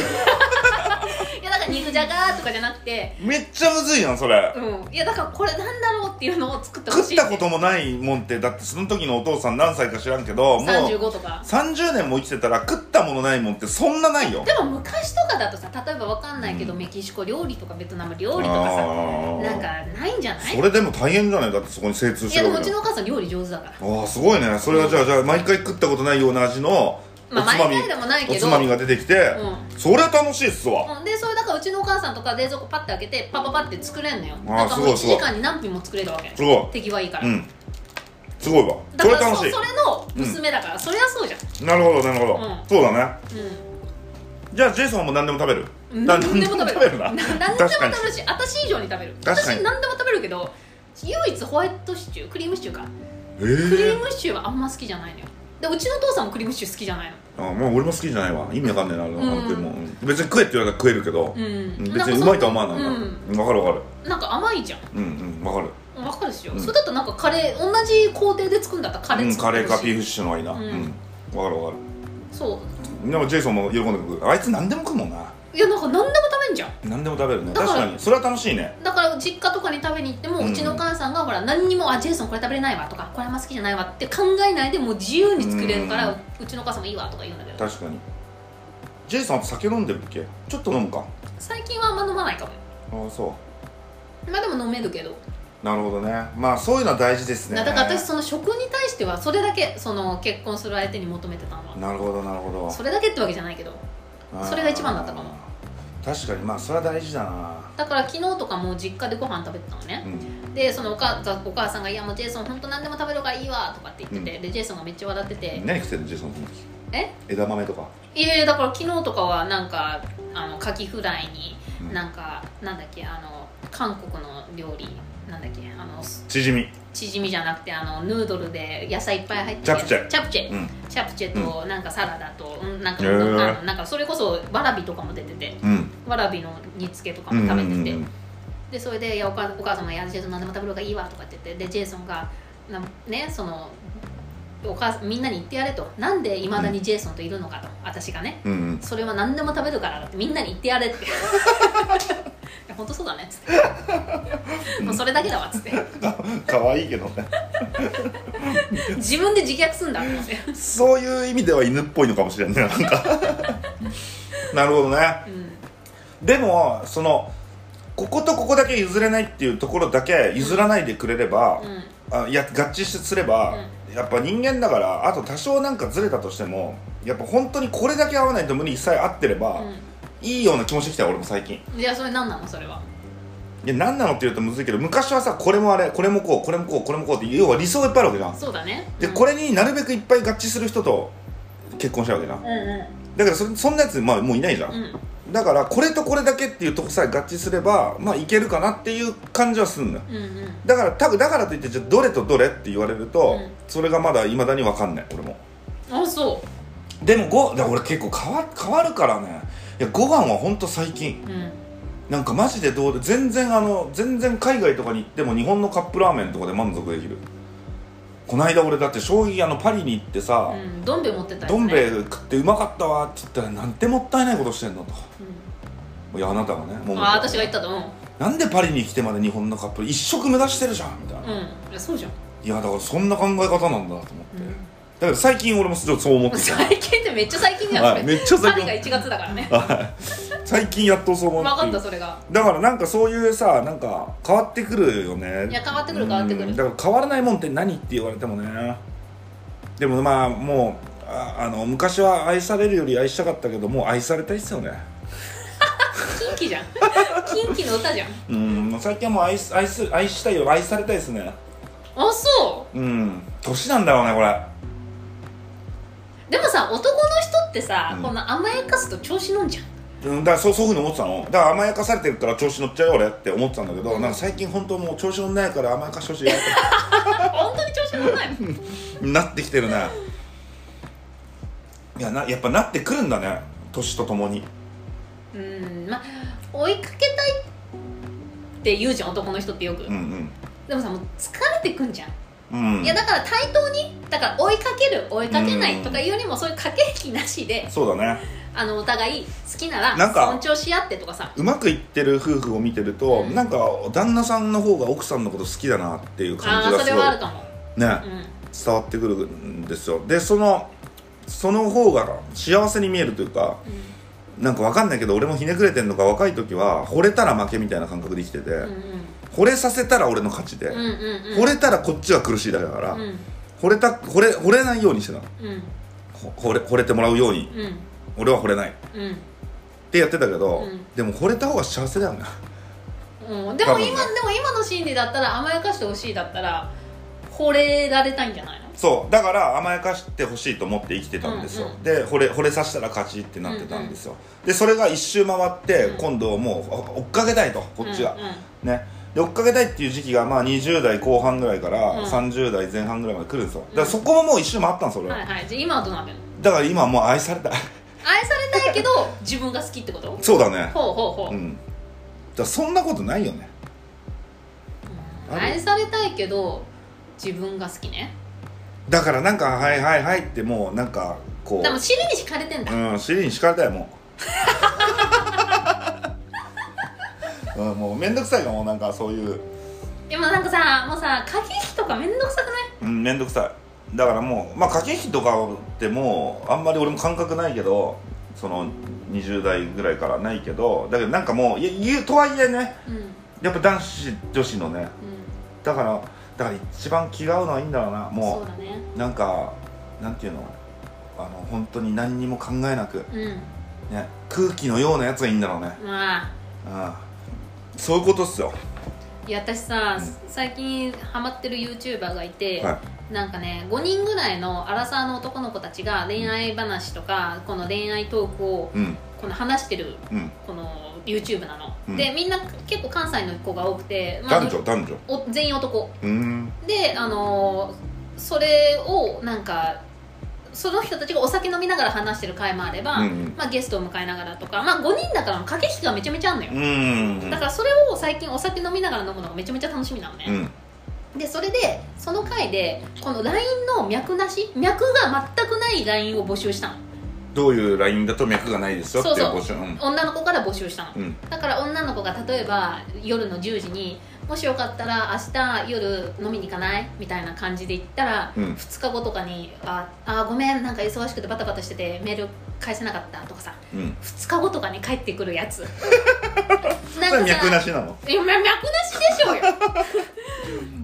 Speaker 2: いやだから肉じゃがとかじゃなくて
Speaker 1: めっちゃむずいやんそれ
Speaker 2: うんいやだからこれなんだろうっていうのを作ってほ
Speaker 1: 食
Speaker 2: し
Speaker 1: っ
Speaker 2: いって
Speaker 1: たこともないもんってだってその時のお父さん何歳か知らんけどもう
Speaker 2: 35とか
Speaker 1: 30年も生きてたら食ったものないもんってそんなないよ
Speaker 2: でも昔とかだとさ例えばわかんないけど、
Speaker 1: うん
Speaker 2: メキシコ料理とかベトナム料
Speaker 1: あ
Speaker 2: 理とかさ
Speaker 1: ー
Speaker 2: なんかないんじゃない
Speaker 1: それでも大変じゃないだってそこに精通し
Speaker 2: い
Speaker 1: て
Speaker 2: やで
Speaker 1: る
Speaker 2: も
Speaker 1: わ
Speaker 2: う
Speaker 1: け
Speaker 2: ち
Speaker 1: だ
Speaker 2: のお母さん料理上手だから
Speaker 1: ああすごいねそれはじゃあじゃあ毎回食ったことないような味のおつ
Speaker 2: まあ
Speaker 1: まみ
Speaker 2: 毎回でもないけ
Speaker 1: お
Speaker 2: ど
Speaker 1: つまみが出てきて
Speaker 2: う
Speaker 1: それは楽しいっすわ
Speaker 2: うんでそれだからうちのお母さんとか冷蔵庫パッて開けてパパパって作れんのよ
Speaker 1: あー
Speaker 2: なんかもう1
Speaker 1: すごいすごい
Speaker 2: 時間に何品も作れるわけ
Speaker 1: すご
Speaker 2: 手際いいから、
Speaker 1: いうんすごいわ
Speaker 2: だ
Speaker 1: そ
Speaker 2: か
Speaker 1: れ
Speaker 2: ら
Speaker 1: は楽
Speaker 2: そ
Speaker 1: し
Speaker 2: それの娘だから、そりゃそうじゃん
Speaker 1: いなるほどなるほど
Speaker 2: うん
Speaker 1: そうだね
Speaker 2: う
Speaker 1: じゃあジェイソンも何でも食べる
Speaker 2: ん
Speaker 1: な
Speaker 2: 何でも食べる
Speaker 1: な
Speaker 2: な何でも
Speaker 1: 確か
Speaker 2: 食
Speaker 1: に
Speaker 2: べるし私以上に食べる
Speaker 1: 確かに
Speaker 2: 私何でも食べるけど唯一ホワイトシチュークリームシチューか
Speaker 1: え
Speaker 2: クリ
Speaker 1: え
Speaker 2: ームシチューはあんま好きじゃないのよでうちのお父さんもクリームシチュー好きじゃないの
Speaker 1: あもう俺も好きじゃないわ意味わかんねえなあの
Speaker 2: うん
Speaker 1: あの食い物別に食えって言われたら食えるけど
Speaker 2: うん
Speaker 1: 別
Speaker 2: なんか
Speaker 1: にうまいとは思わないな
Speaker 2: う
Speaker 1: うんわかるわかる
Speaker 2: んなんか甘いじゃん
Speaker 1: うんうんわかる
Speaker 2: わかるでしょ、
Speaker 1: うん
Speaker 2: それだったらなんかカレー同じ工程で作るんだったらカレ
Speaker 1: う
Speaker 2: ー
Speaker 1: んカ
Speaker 2: 作って
Speaker 1: レー
Speaker 2: るし、
Speaker 1: かビーフシチューの方がいいなう
Speaker 2: うん
Speaker 1: んわかるわか
Speaker 2: そ
Speaker 1: るでもジェイソンも喜んでくるあいつ何でも食うもんな
Speaker 2: ういやなんか何でも食べんじゃん
Speaker 1: 何でも食べるね
Speaker 2: だか
Speaker 1: 確
Speaker 2: ら
Speaker 1: かにそれは楽しいね
Speaker 2: だから実家とかに食べに行っても、
Speaker 1: う
Speaker 2: うんちのお母さんがほら何にも「あジェイソンこれ食べれないわ」とか「これあんま好きじゃないわ」って考えないでもう自由に作れるから、
Speaker 1: う
Speaker 2: うちのお母さんも「いいわ」とか言うんだけど
Speaker 1: 確かにジェイソンは酒飲んでるっけちょっと飲むか
Speaker 2: 最近はあんま飲まないかも
Speaker 1: ああそ
Speaker 2: まあでも飲めるけど、
Speaker 1: うなるほどねまあそういうのは大事ですね
Speaker 2: だから私その食に対してはそれだけその結婚する相手に求めてたのは
Speaker 1: なるほどなるほど
Speaker 2: それだけってわけじゃないけど
Speaker 1: あー
Speaker 2: それが一番だったかも
Speaker 1: 確かにまあそれは大事だな
Speaker 2: だから昨日とかも実家でご飯食べてたのね、
Speaker 1: うん
Speaker 2: でそのお母お母さんが「いやもうジェイソン本当何でも食べるからいいわ」とかって言ってて、でジェイソンがめっちゃ笑ってて
Speaker 1: 何食ってんのジェイソンその時
Speaker 2: 「え
Speaker 1: 枝豆とか
Speaker 2: いやいやだから昨日とかはなんかあのカキフライに、
Speaker 1: うん
Speaker 2: なんかなんだっけあの韓国の料理なんだっけあのす
Speaker 1: チヂミ
Speaker 2: チヂミじゃなくてあのヌードルで野菜いっぱい入ってる
Speaker 1: チャプチェ
Speaker 2: チャプチェ、
Speaker 1: うん
Speaker 2: チャプチェと、なんかサラダと、うん、なんか、
Speaker 1: へー
Speaker 2: あのなんかそれこそわらびとかも出てて
Speaker 1: うん
Speaker 2: わらびの煮つけとか
Speaker 1: うん
Speaker 2: も
Speaker 1: う
Speaker 2: 食
Speaker 1: ん
Speaker 2: べてて、
Speaker 1: うん
Speaker 2: でそれでいやお母お母様いやジェイソン何でも食べるからいいわとかって言ってでジェイソンがなねそのお母さんみんなに言ってやれとなんでいまだにジェイソンといるのかと、私がね
Speaker 1: うんうん
Speaker 2: それは何でも食べるからだってみんなに言ってやれっていや本当そうだねっつってもうそれだけだわっつって
Speaker 1: かわいいけどね
Speaker 2: 自分で自虐すんだって思って
Speaker 1: そういう意味では犬っぽいのかもしれないなんか なるほどね
Speaker 2: う
Speaker 1: でもそのこことここだけ譲れないっていうところだけ譲らないでくれれば、
Speaker 2: んうん
Speaker 1: あいや合致すれば、やっぱ人間だからあと多少なんかずれたとしてもやっぱ本当にこれだけ合わないと無理さえ合ってれば、いいような気もしてきたよ俺も最近
Speaker 2: うんじゃあそれ何なのそれはい
Speaker 1: や何なのって言うとむずいけど昔はさこれもあれこれもこうこれもこうこれもこうって要は理想がいっぱいあるわけじゃん
Speaker 2: そうだね
Speaker 1: で
Speaker 2: うん
Speaker 1: これになるべくいっぱい合致する人と結婚したわけじゃん
Speaker 2: うんう
Speaker 1: だからそそんなやつ、まあ、もういないじゃん、
Speaker 2: んうん
Speaker 1: だからこれとこれだけっていうとこさえ合致すればまあいけるかなっていう感じはするんだよ
Speaker 2: うんうん
Speaker 1: だから多分だからといってじゃあどれとどれって言われると、
Speaker 2: うん
Speaker 1: それがまだいまだに分かんない俺も
Speaker 2: あそ
Speaker 1: でもごだから俺結構変わ変わるからねいやご飯はほんと最近
Speaker 2: ううん
Speaker 1: なんかマジでどうで全然あの全然海外とかに行っても日本のカップラーメンとかで満足できるこないだ俺だって将棋あのパリに行ってさ、
Speaker 2: うんどん兵衛持ってたやつ
Speaker 1: どん兵衛
Speaker 2: 衛
Speaker 1: 食ってうまかったわって言ったらなんてもったいないことしてんのといやあなたがねもう
Speaker 2: あ私が言ったと思
Speaker 1: なんでパリに来てまで日本のカップル一食無駄してるじゃんみたいな、
Speaker 2: ううんいやそうじゃん
Speaker 1: いやだからそんな考え方なんだと思って、
Speaker 2: うん
Speaker 1: だから最近俺もそう思ってきた
Speaker 2: 最近ってめっちゃ最近じゃんそ
Speaker 1: は
Speaker 2: れ
Speaker 1: いめっちゃ最
Speaker 2: パリが
Speaker 1: 近
Speaker 2: 1月だからね
Speaker 1: 最近やっとそう思
Speaker 2: 分
Speaker 1: って
Speaker 2: かったそれが
Speaker 1: だからなんかそういうさなんか変わってくるよね
Speaker 2: いや変わってくる変わってくる
Speaker 1: うんだから変わらないもんって何って言われてもねでもまあもうああの昔は愛されるより愛したかったけどもう愛されたいっすよね
Speaker 2: キンキじゃんキンキの歌じゃん
Speaker 1: うんもう最近はもう愛す愛す愛したいよ愛されたいっすね
Speaker 2: あそう
Speaker 1: うん年なんだろうねこれ
Speaker 2: でもさ男の人ってさ、
Speaker 1: うん
Speaker 2: この甘やかすと調子乗んじゃん
Speaker 1: うん、だからそうそういうふうに思ってたのだから甘やかされてるから調子乗っちゃうよ俺って思ってたんだけど、なんか最近本当もう調子乗んないから甘やかしてほしいなって
Speaker 2: 本当に調子乗らないの
Speaker 1: なってきてるねいやなやっぱなってくるんだね年とともに
Speaker 2: うんまあ追いかけたいって言うじゃん男の人ってよく、
Speaker 1: うん
Speaker 2: でもさもう疲れてくんじゃん、
Speaker 1: うんうん
Speaker 2: いやだから対等にだから追いかける追いかけないとかいうよりもそういう駆け引きなしで
Speaker 1: そうだね
Speaker 2: あのお互い好きなら
Speaker 1: なんか
Speaker 2: 尊重し合ってとかさ
Speaker 1: うまくいってる夫婦を見てると、
Speaker 2: うん
Speaker 1: なんか旦那さんの方が奥さんのこと好きだなっていう感
Speaker 2: ああ
Speaker 1: じ
Speaker 2: ー
Speaker 1: が
Speaker 2: そ
Speaker 1: す
Speaker 2: れ
Speaker 1: ごい
Speaker 2: はあるかも、
Speaker 1: ね
Speaker 2: うん、
Speaker 1: 伝わってくるんですよでそのその方が幸せに見えるというか、なんかわかんないけど俺もひねくれてんのか若い時は惚れたら負けみたいな感覚で生きてて、
Speaker 2: うん
Speaker 1: 惚れさせたら俺の勝ちで、
Speaker 2: うんうんうんうん
Speaker 1: 惚れたらこっちは苦しいだけだから、
Speaker 2: うん
Speaker 1: 惚れた惚れ惚れないようにしてたの
Speaker 2: うん
Speaker 1: ほ惚れ惚れてもらうように
Speaker 2: うん
Speaker 1: 俺は惚れないっ
Speaker 2: うん
Speaker 1: てやってたけど、
Speaker 2: うん
Speaker 1: でも惚れた方が幸せだよね
Speaker 2: うん、で
Speaker 1: 多
Speaker 2: も今、
Speaker 1: 分ね
Speaker 2: でも今の心理だったら甘やかしてほしいだったら惚れられたいんじゃないの
Speaker 1: そうだから甘やかしてほしいと思って生きてたんですよ、
Speaker 2: うんうん
Speaker 1: で惚れ惚れさせたら勝ちってなってたんですよ、でそれが一周回って、
Speaker 2: うん
Speaker 1: 今度もうあ追っかけたいとこっちが
Speaker 2: うん、うん
Speaker 1: ねで追っかけたいっていう時期がまあ20代後半ぐらいか
Speaker 2: う
Speaker 1: ら
Speaker 2: ん
Speaker 1: 30代前半ぐらいまで来るんですよ、だからそこももう一周回ったんですよ俺は、
Speaker 2: はいはいじゃあ今はどうなってんの
Speaker 1: だから今はもう愛されたい
Speaker 2: 愛されたいけど自分が好きってことほ
Speaker 1: そうだね
Speaker 2: うほうほ
Speaker 1: う
Speaker 2: う、
Speaker 1: んだからそんなことないよねある
Speaker 2: 愛されたいけど自分が好きね
Speaker 1: だからなんか「はいはいはい」ってもうなんかこ
Speaker 2: でも尻に敷かれてんだ
Speaker 1: う、うん、尻に敷かれたい もう、うん、もう面倒くさいがもうなんかそういう、
Speaker 2: でもなんかさもうさ駆け引きとかめんどくさくない
Speaker 1: うん、面倒くさいだからもうまあ駆け引きとかってもうあんまり俺も感覚ないけどその20代ぐらいからないけどだけどなんかもういや言うとはいえね
Speaker 2: うん
Speaker 1: やっぱ男子女子のね
Speaker 2: うん
Speaker 1: だからだから一番気が合うのはいいんだろうなもう
Speaker 2: そうだね
Speaker 1: なんかなんていうのあの本当に何にも考えなく、
Speaker 2: う
Speaker 1: ね、空気のようなやつがいいんだろうね、
Speaker 2: んまあ
Speaker 1: うん、そういうことっすよ
Speaker 2: いや私さ、
Speaker 1: う
Speaker 2: 最近ハマってる YouTuber がいて、
Speaker 1: は
Speaker 2: なんかね5人ぐらいのアラサーの男の子たちが恋愛話とかこの恋愛トークを
Speaker 1: うん
Speaker 2: この話してる
Speaker 1: うん
Speaker 2: この YouTube なの、
Speaker 1: うん
Speaker 2: でみんな結構関西の子が多くて、まあ
Speaker 1: 男女男女
Speaker 2: お全員男
Speaker 1: うーん
Speaker 2: であのーそれをなんかその人たちがお酒飲みながら話してる回もあれば、
Speaker 1: うんうん
Speaker 2: まあ、ゲストを迎えながらとか、まあ、5人だから駆け引きがめちゃめちゃあるのよ
Speaker 1: う、ーん
Speaker 2: だからそれを最近お酒飲みながら飲むのがめちゃめちゃ楽しみなのね、
Speaker 1: うん
Speaker 2: でそれでその回でこの LINE の脈なし脈が全くない LINE を募集したの
Speaker 1: どういうラインだと脈がないですよっていう
Speaker 2: そう
Speaker 1: 募集うん
Speaker 2: 女の子から募集したの
Speaker 1: うん
Speaker 2: だから女の子が例えば夜の10時にもしよかったら明日夜飲みに行かないみたいな感じで言ったら、
Speaker 1: うん
Speaker 2: 2日後とかに「ああごめんなんか忙しくてバタバタしててメール返せなかった」とかさ
Speaker 1: うん
Speaker 2: 2日後とかに帰ってくる やつな
Speaker 1: それ
Speaker 2: んか
Speaker 1: 脈
Speaker 2: さ
Speaker 1: なしなの
Speaker 2: いや脈なしでしょうよ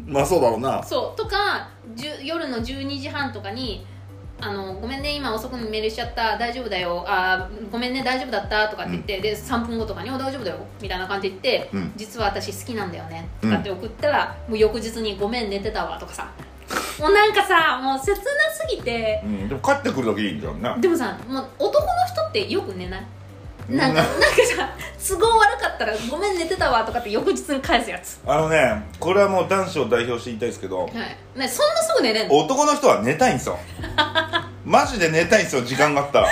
Speaker 1: まあそうだろうな
Speaker 2: そうとかじゅ夜の12時半とかにあの「ごめんね今遅くにメールしちゃった大丈夫だよあーごめんね大丈夫だった」とかって言って、で3分後とかに「お大丈夫だよ」みたいな感じで言って、
Speaker 1: うん
Speaker 2: 実は私好きなんだよね」とかって送ったら、もう翌日に「ごめん寝てたわ」とかさもうなんかさもう切なすぎて
Speaker 1: うんでも帰ってくるだけいいんじゃんな
Speaker 2: でもさもう男の人ってよく寝ないなんか
Speaker 1: う
Speaker 2: なんかさ都合悪かったら「ごめん寝てたわ」とかって翌日に返すやつ
Speaker 1: あのねこれはもう男子を代表して言いたいですけど
Speaker 2: はいねそんなすぐ寝れんの
Speaker 1: 男の人は寝たいんですよマジで寝たいんですよ時間があったら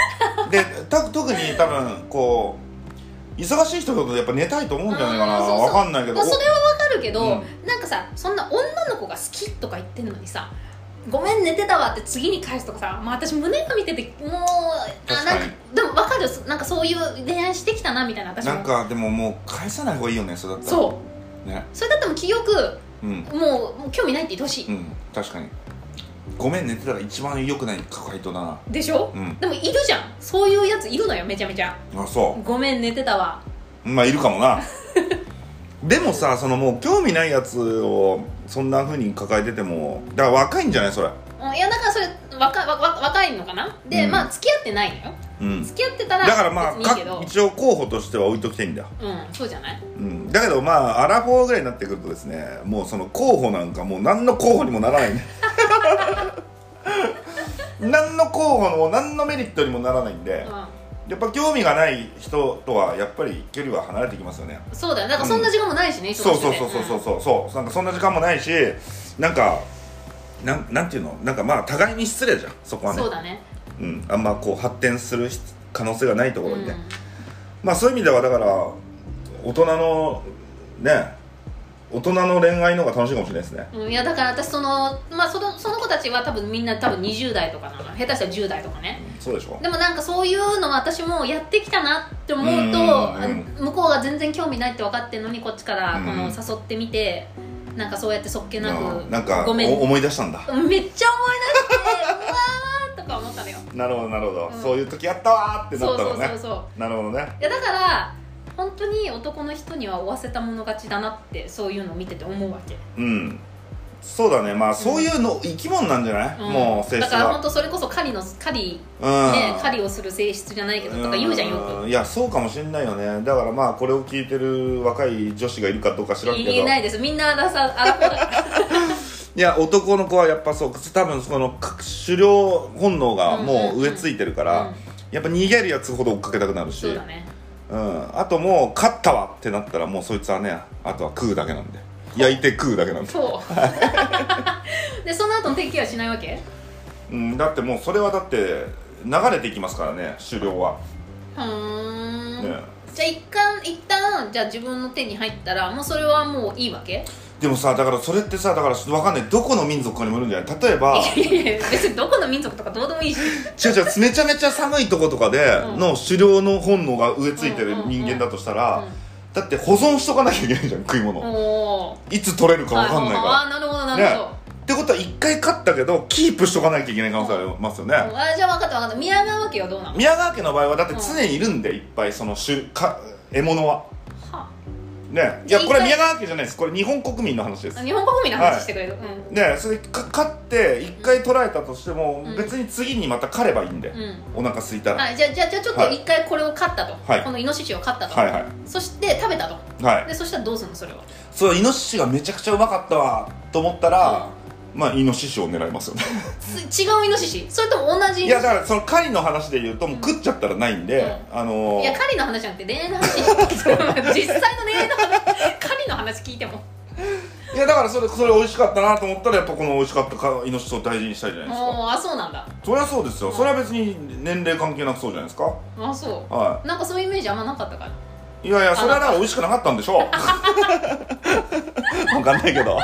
Speaker 1: でた特に多分こう忙しい人だとやっぱ寝たいと思うんじゃないかな
Speaker 2: あーそうそう
Speaker 1: わかんないけど
Speaker 2: まあ、それはわかるけど、
Speaker 1: う
Speaker 2: なんかさそんな女の子が好きとか言ってんのにさ「ごめん寝てたわ」って次に返すとかさ、まあ、私胸が見ててもうあ
Speaker 1: 確
Speaker 2: な
Speaker 1: か
Speaker 2: ん
Speaker 1: に
Speaker 2: かでもわかるよなんかそういう恋愛してきたなみたいな私も
Speaker 1: なんかでももう返さない方がいいよねそれだったら
Speaker 2: そう
Speaker 1: ね
Speaker 2: うそれだってもう記憶
Speaker 1: うん
Speaker 2: もうもう興味ないって言ってほしい、
Speaker 1: うん確かにごめん寝てたら一番良くない回答だな
Speaker 2: でしょ、
Speaker 1: うん
Speaker 2: でもいるじゃんそういうやついるのよめちゃめちゃ
Speaker 1: あそ
Speaker 2: 「ごめん寝てたわ
Speaker 1: うまあいるかも なでもさそのもう興味ないやつをそんなふうに抱えててもだから若いんじゃないそれ」
Speaker 2: うんいやだからそれ若わわ若いのかなで、
Speaker 1: うん
Speaker 2: まあ付き合ってないのよ
Speaker 1: うん
Speaker 2: 付き合ってたら
Speaker 1: だからまあ
Speaker 2: 別にいいけど
Speaker 1: か一応候補としては置いときたいんだよ
Speaker 2: うんそうじゃない
Speaker 1: うん、だけどまあアラフォーぐらいになってくるとですねもうその候補なんかもう何の候補にもならないね 何の候補の何のメリットにもならないんで
Speaker 2: うん
Speaker 1: やっぱ興味がない人とはやっぱり距離は離れてきますよね
Speaker 2: そうだよなんかそんな時間もないしね、
Speaker 1: そう
Speaker 2: 忙し
Speaker 1: そうそ
Speaker 2: くて
Speaker 1: うそうそうそうそうなんかそんな時間もないしなんかなんなんていうのなんかまあ互いに失礼じゃんそこ
Speaker 2: う
Speaker 1: は
Speaker 2: ん
Speaker 1: ね
Speaker 2: そうだね
Speaker 1: うん、あんまこう発展する可能性がないところにね、
Speaker 2: うん
Speaker 1: まあそういう意味ではだから大人のね大人の恋愛の方が楽しいかもしれないですね
Speaker 2: うんいやだから私その,、まあ、そのその子たちは多分みんな多分20代とかなの下手したら10代とかね
Speaker 1: そうでしょ
Speaker 2: でもなんかそういうの私もやってきたなって思うと、
Speaker 1: うん
Speaker 2: 向こうが全然興味ないって分かってんのにこっちからこの
Speaker 1: うん
Speaker 2: 誘ってみて、なんかそうやってそっけな
Speaker 1: な
Speaker 2: く
Speaker 1: なんか
Speaker 2: ごめん
Speaker 1: お思い出したんだ
Speaker 2: めっちゃ思い出してうわーとか思ったのよ
Speaker 1: なるほどなるほど、
Speaker 2: うん
Speaker 1: そういう時やったわーってな
Speaker 2: そ
Speaker 1: っ
Speaker 2: う
Speaker 1: た
Speaker 2: そ
Speaker 1: の
Speaker 2: う
Speaker 1: ね
Speaker 2: そうそう
Speaker 1: なるほどね
Speaker 2: いやだから本当に男の人には追わせたもの勝ちだなってそういうのを見てて思うわけ、
Speaker 1: うんそうだねまあそういうの、生き物なんじゃない、
Speaker 2: うん
Speaker 1: もう性質
Speaker 2: だから本
Speaker 1: が
Speaker 2: 当それこそ狩りの狩り、
Speaker 1: うん
Speaker 2: ね狩りをする性質じゃないけどとか言うじゃんよ
Speaker 1: いやそうかもしんないよねだからまあこれを聞いてる若い女子がいるかどうか知
Speaker 2: く
Speaker 1: らんけど
Speaker 2: 言えないですみんなださあらこ が
Speaker 1: いや男の子はやっぱそう多分そのか狩猟本能がもう植え付いてるから、
Speaker 2: うん
Speaker 1: やっぱ逃げるやつほど追っかけたくなるし
Speaker 2: そうだね
Speaker 1: うん、あともう勝ったわってなったらもうそいつはねあとは食うだけなんで焼いて食うだけなんで、
Speaker 2: そう でその後の敵はしないわけ
Speaker 1: うん、だってもうそれはだって流れていきますからね狩猟は、
Speaker 2: ふーん、
Speaker 1: ね
Speaker 2: じゃあ一旦一旦じゃあ自分の手に入ったらもうそれはもういいわけ
Speaker 1: でもさだからそれってさだからわかんないどこの民族かにもよるんじゃない例えば
Speaker 2: いやいや別にどこの民族とかどうでもい いし
Speaker 1: 違う違うめちゃめちゃ寒いとことかで
Speaker 2: うん
Speaker 1: の狩猟の本能が植え付いてる人間だとしたら、だって保存しとかなきゃいけないじゃん食い物、
Speaker 2: うんおー
Speaker 1: いつ取れるかわかんないから、
Speaker 2: あーなるほどなるほど、
Speaker 1: ってことは一回勝ったけどキープしとかなきゃいけない可能性ありますよね、
Speaker 2: うんあじゃあ分かった分かった宮川家はどうなのは
Speaker 1: 宮川家の場合はだって常にいるんで、いっぱいその種か獲物は
Speaker 2: あ
Speaker 1: ねい
Speaker 2: じゃ
Speaker 1: や
Speaker 2: あ
Speaker 1: これ
Speaker 2: 一回
Speaker 1: 宮川家じゃないですこれ日本国民の話です
Speaker 2: 日本国民の話してくれる、
Speaker 1: ねそれでか勝って一回捕らえたとしても、
Speaker 2: うん
Speaker 1: 別に次にまた狩ればいいんで
Speaker 2: うん、、う
Speaker 1: お腹空いた
Speaker 2: ん、
Speaker 1: ら、
Speaker 2: はいじゃあじゃあじゃあちょっと一回これを飼ったと、
Speaker 1: はい
Speaker 2: このイノシシを飼ったと、
Speaker 1: はい、はい
Speaker 2: そして食べたと
Speaker 1: はい
Speaker 2: でそしたらどうするのそれは
Speaker 1: そうイノシシがめちゃくちゃうまかったわと思ったら、まあイノシシを狙いますよね
Speaker 2: つ違うイノシシそれとも同じ
Speaker 1: い
Speaker 2: イノ
Speaker 1: や
Speaker 2: シ
Speaker 1: だからその狩りの話で言うともう食っちゃったらないんで、あの
Speaker 2: シ
Speaker 1: ー
Speaker 2: いや狩りの話じゃなくて恋愛 の話実際の恋愛の話狩りの話聞い ても
Speaker 1: いやだからそれそれ美味しかったなと思ったらやっぱこの美味しかったかイノシシを大事にしたいじゃないですか
Speaker 2: もうあそうなんだ
Speaker 1: そりゃそうですよそれは別に年齢関係なくそうじゃないですか
Speaker 2: あそ
Speaker 1: は
Speaker 2: うなんかそういうイメージあんまなかったから
Speaker 1: いいやいやそれはだから美味しくなかったんでしょう わかんないけど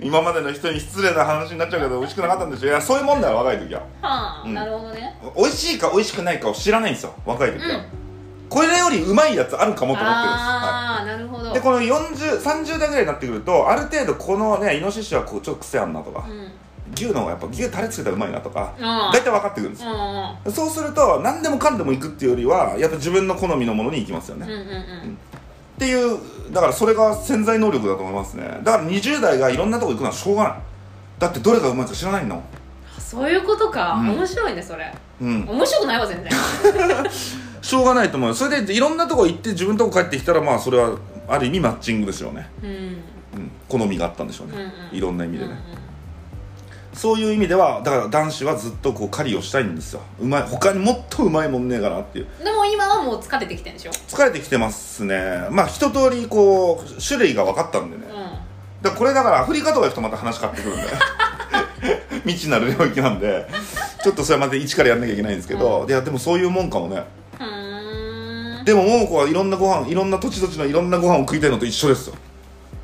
Speaker 1: 今までの人に失礼な話になっちゃうけど美味しくなかったんでしょういやそういうもんだよ若い時は
Speaker 2: はあ、
Speaker 1: うん
Speaker 2: なるほどね
Speaker 1: 美味しいか美味しくないかを知らないんですよ若い時は、
Speaker 2: うん
Speaker 1: これよりうまいやつあるかもと思ってるんです、はい
Speaker 2: ああ、なるほど
Speaker 1: でこの4030代ぐらいになってくるとある程度このねイノシシはこうちょっと癖あんなとか、
Speaker 2: うんうん
Speaker 1: 牛の方がやっぱ牛タレつけたらうまいなとか
Speaker 2: うん
Speaker 1: 大体分かってくるんですよ
Speaker 2: うん
Speaker 1: そうすると何でもかんでも行くっていうよりはやっぱ自分の好みのものに行きますよね、
Speaker 2: うんう
Speaker 1: っ
Speaker 2: んうん
Speaker 1: ていうだからそれが潜在能力だと思いますねだから20代がいろんなとこ行くのはしょうがないだってどれがうまいか知らないの
Speaker 2: あそういうことか、
Speaker 1: うん
Speaker 2: 面白いねそれ
Speaker 1: うん
Speaker 2: 面白くない わ全然
Speaker 1: しょうがないと思うよそれでいろんなとこ行って自分のとこ帰ってきたらまあそれはある意味マッチングですよね、
Speaker 2: うん
Speaker 1: うん、好みがあったんでしょうね、
Speaker 2: うんうん
Speaker 1: いろんな意味
Speaker 2: うん
Speaker 1: で
Speaker 2: う
Speaker 1: ね、
Speaker 2: ん
Speaker 1: そういう意味ではだから男子はずっとこう狩りをしたいんですようまい他にもっとうまいもんねえかなっていう
Speaker 2: でも今はもう疲れてきてんでしょ
Speaker 1: 疲れてきてますねまあ一通りこう種類が分かったんでね
Speaker 2: う
Speaker 1: だか、ら
Speaker 2: ん
Speaker 1: これだからアフリカとか行くとまた話変わってくるんで 未知なる領域なんでちょっとそれまで一からやんなきゃいけないんですけど、
Speaker 2: う
Speaker 1: いやでもそういうもんかもね
Speaker 2: ふーん
Speaker 1: でも桃子はいろんなご飯いろんな土地土地のいろんなご飯を食いたいのと一緒ですよ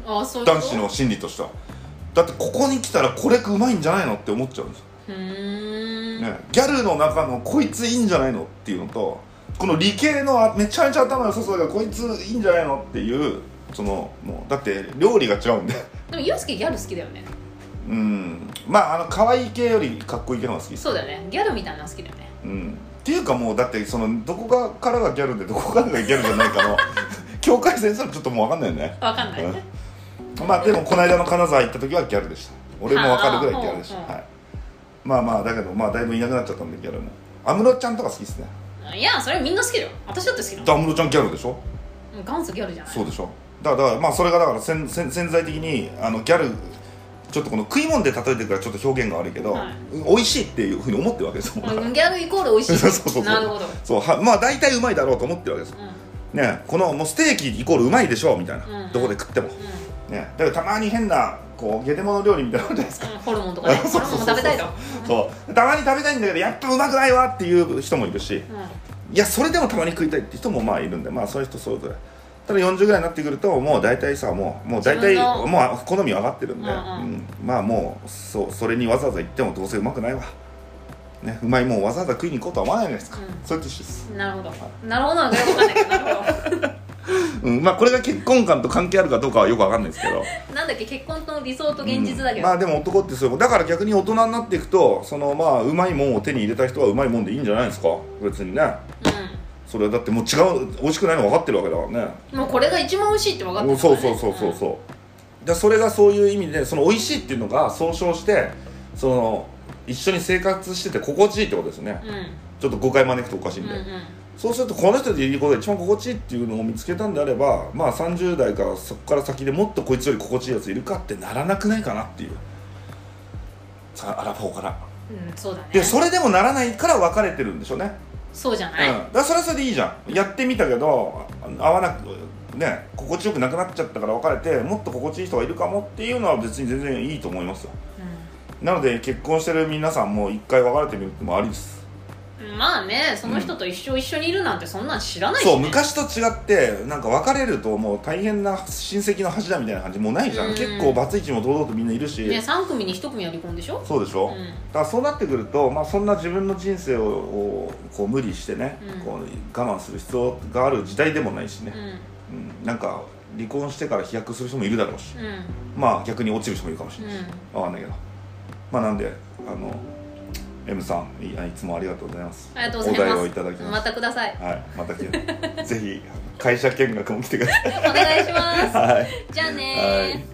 Speaker 2: あそういうこと
Speaker 1: 男子の心理としてはだってここに来たらこれうまいんじゃないのって思っちゃうんですよ
Speaker 2: ふーん
Speaker 1: ね、ギャルの中のこいついいんじゃないのっていうのとこの理系のあめちゃめちゃ頭良さそうだからこいついいんじゃないのっていうそのもうだって料理が違うんで
Speaker 2: でもユースケギャル好きだよね
Speaker 1: うんまああの可愛い系よりかっこいい系の方が好きです
Speaker 2: そうだよねギャルみたいなの好きだよね
Speaker 1: うん、っていうかもうだってそのどこがからがギャルでどこからがギャルじゃないかの 境界線すらちょっともう分かんないよね
Speaker 2: わかんない、
Speaker 1: うんまあでもこの間の金沢行った時はギャルでした俺も分かるぐらいギャルでした、
Speaker 2: はあ
Speaker 1: はい、まあまあだけどまあだいぶいなくなっちゃったんでギャルも安室ちゃんとか好きですね
Speaker 2: いやそれみんな好きだよ私だって好きなの
Speaker 1: 安室ちゃんギャルでしょ
Speaker 2: うん元祖ギャルじゃない
Speaker 1: そうでしょだからだからまあそれがだから潜潜潜在的にあのギャルちょっとこの食い物で例えてるからちょっと表現が悪いけど、
Speaker 2: はい
Speaker 1: 美味しいっていうふうに思ってるわけですもん、
Speaker 2: うんギャグイコール美味し い
Speaker 1: そうそうそう
Speaker 2: なるほど、
Speaker 1: そうはまあ大体うまいだろうと思ってるわけですよ
Speaker 2: う
Speaker 1: ねこのもうステーキイコールうまいでしょみたいな、
Speaker 2: うん
Speaker 1: どこで食っても
Speaker 2: んう
Speaker 1: ねだからたまに変なこうゲテモノ料理みたいなのあるじゃないですか
Speaker 2: んうん、ホルモンとかね ホ
Speaker 1: そう
Speaker 2: ル
Speaker 1: そ
Speaker 2: モ
Speaker 1: う
Speaker 2: ン
Speaker 1: そうそう
Speaker 2: も食べたいと
Speaker 1: そうたまに食べたいんだけどやっぱうまくないわっていう人もいるし
Speaker 2: う
Speaker 1: い
Speaker 2: ん
Speaker 1: やそれでもたまに食いたいって人もまあいるんでまあそういう人それぞれただ40ぐらいになってくるともう大体さもうもう大体
Speaker 2: 自分の
Speaker 1: もう好み上がってるんで、
Speaker 2: うん
Speaker 1: うんまあもうそうそれにわざわざ行ってもどうせうまくないわねうまいもんわざわざ食いに行こうとは思わないじゃないですか、
Speaker 2: うん
Speaker 1: そういうティッシュです、
Speaker 2: うんなるほどなるほどなんかよくわかんないけどな るほ
Speaker 1: うん、まあこれが結婚観と関係あるかどうかはよくわかんないですけど
Speaker 2: どなんだっけ結婚と理想と現実だけ
Speaker 1: うん
Speaker 2: ど、
Speaker 1: まあでも男ってそういうもんだから逆に大人になっていくとそのまあうまいもんを手に入れた人はうまいもんでいいんじゃないですか別にねそれはだってもう違う美味しくないの分かってるわけだからね
Speaker 2: うんもうこれが一番美味しいって分かって
Speaker 1: もう
Speaker 2: るか
Speaker 1: そ
Speaker 2: ら
Speaker 1: う
Speaker 2: ね
Speaker 1: そうそうそうそうだそれがそういう意味でその美味しいっていうのが総称してその一緒に生活してて心地いいってことですね
Speaker 2: うん、うん
Speaker 1: ちょっと誤解招くとおかしいん
Speaker 2: うん
Speaker 1: で、
Speaker 2: うん
Speaker 1: そうするとこの人でいいことが一番心地いいっていうのを見つけたんであればまあ30代からそこから先でもっとこいつより心地いいやついるかってならなくないかなっていうさアラフォーから
Speaker 2: うん、そうだね
Speaker 1: でそれでもならないから別れてるんでしょうね
Speaker 2: そうじゃない、
Speaker 1: うん、だからそれはそれでいいじゃんやってみたけどあ合わなくね心地よくなくなっちゃったから別れてもっと心地いい人がいるかもっていうのは別に全然いいと思いますよなので結婚してる皆さんも一回別れてみるってもありです
Speaker 2: うんまあねその人と一生一緒にいるなんてそんなん知らないし、ね
Speaker 1: そう昔と違ってなんか別れるともう大変な親戚の恥だみたいな感じもうないじゃん、
Speaker 2: うん
Speaker 1: 結構バツイチも堂々とみんないるし、
Speaker 2: ね3組に1組は離婚でしょ
Speaker 1: そうでし
Speaker 2: う
Speaker 1: ょ、
Speaker 2: ん
Speaker 1: だからそうなってくると、まあ、そんな自分の人生ををこう無理してね、
Speaker 2: うん
Speaker 1: こう我慢する必要がある時代でもないしね
Speaker 2: う、ん
Speaker 1: うんなんか離婚してから飛躍する人もいるだろうし
Speaker 2: うん
Speaker 1: まあ逆に落ちる人もいるかもし
Speaker 2: う
Speaker 1: れないし、
Speaker 2: ん
Speaker 1: わかんないけどまあなんであの M さんいあいつもありがとうございます
Speaker 2: ありがとうござい
Speaker 1: お
Speaker 2: ま
Speaker 1: 題を
Speaker 2: す
Speaker 1: いただきま
Speaker 2: ますたください
Speaker 1: はいまた来 てぜひ会社見学も来てください
Speaker 2: お願いしま す
Speaker 1: はい
Speaker 2: じゃあねー
Speaker 1: はい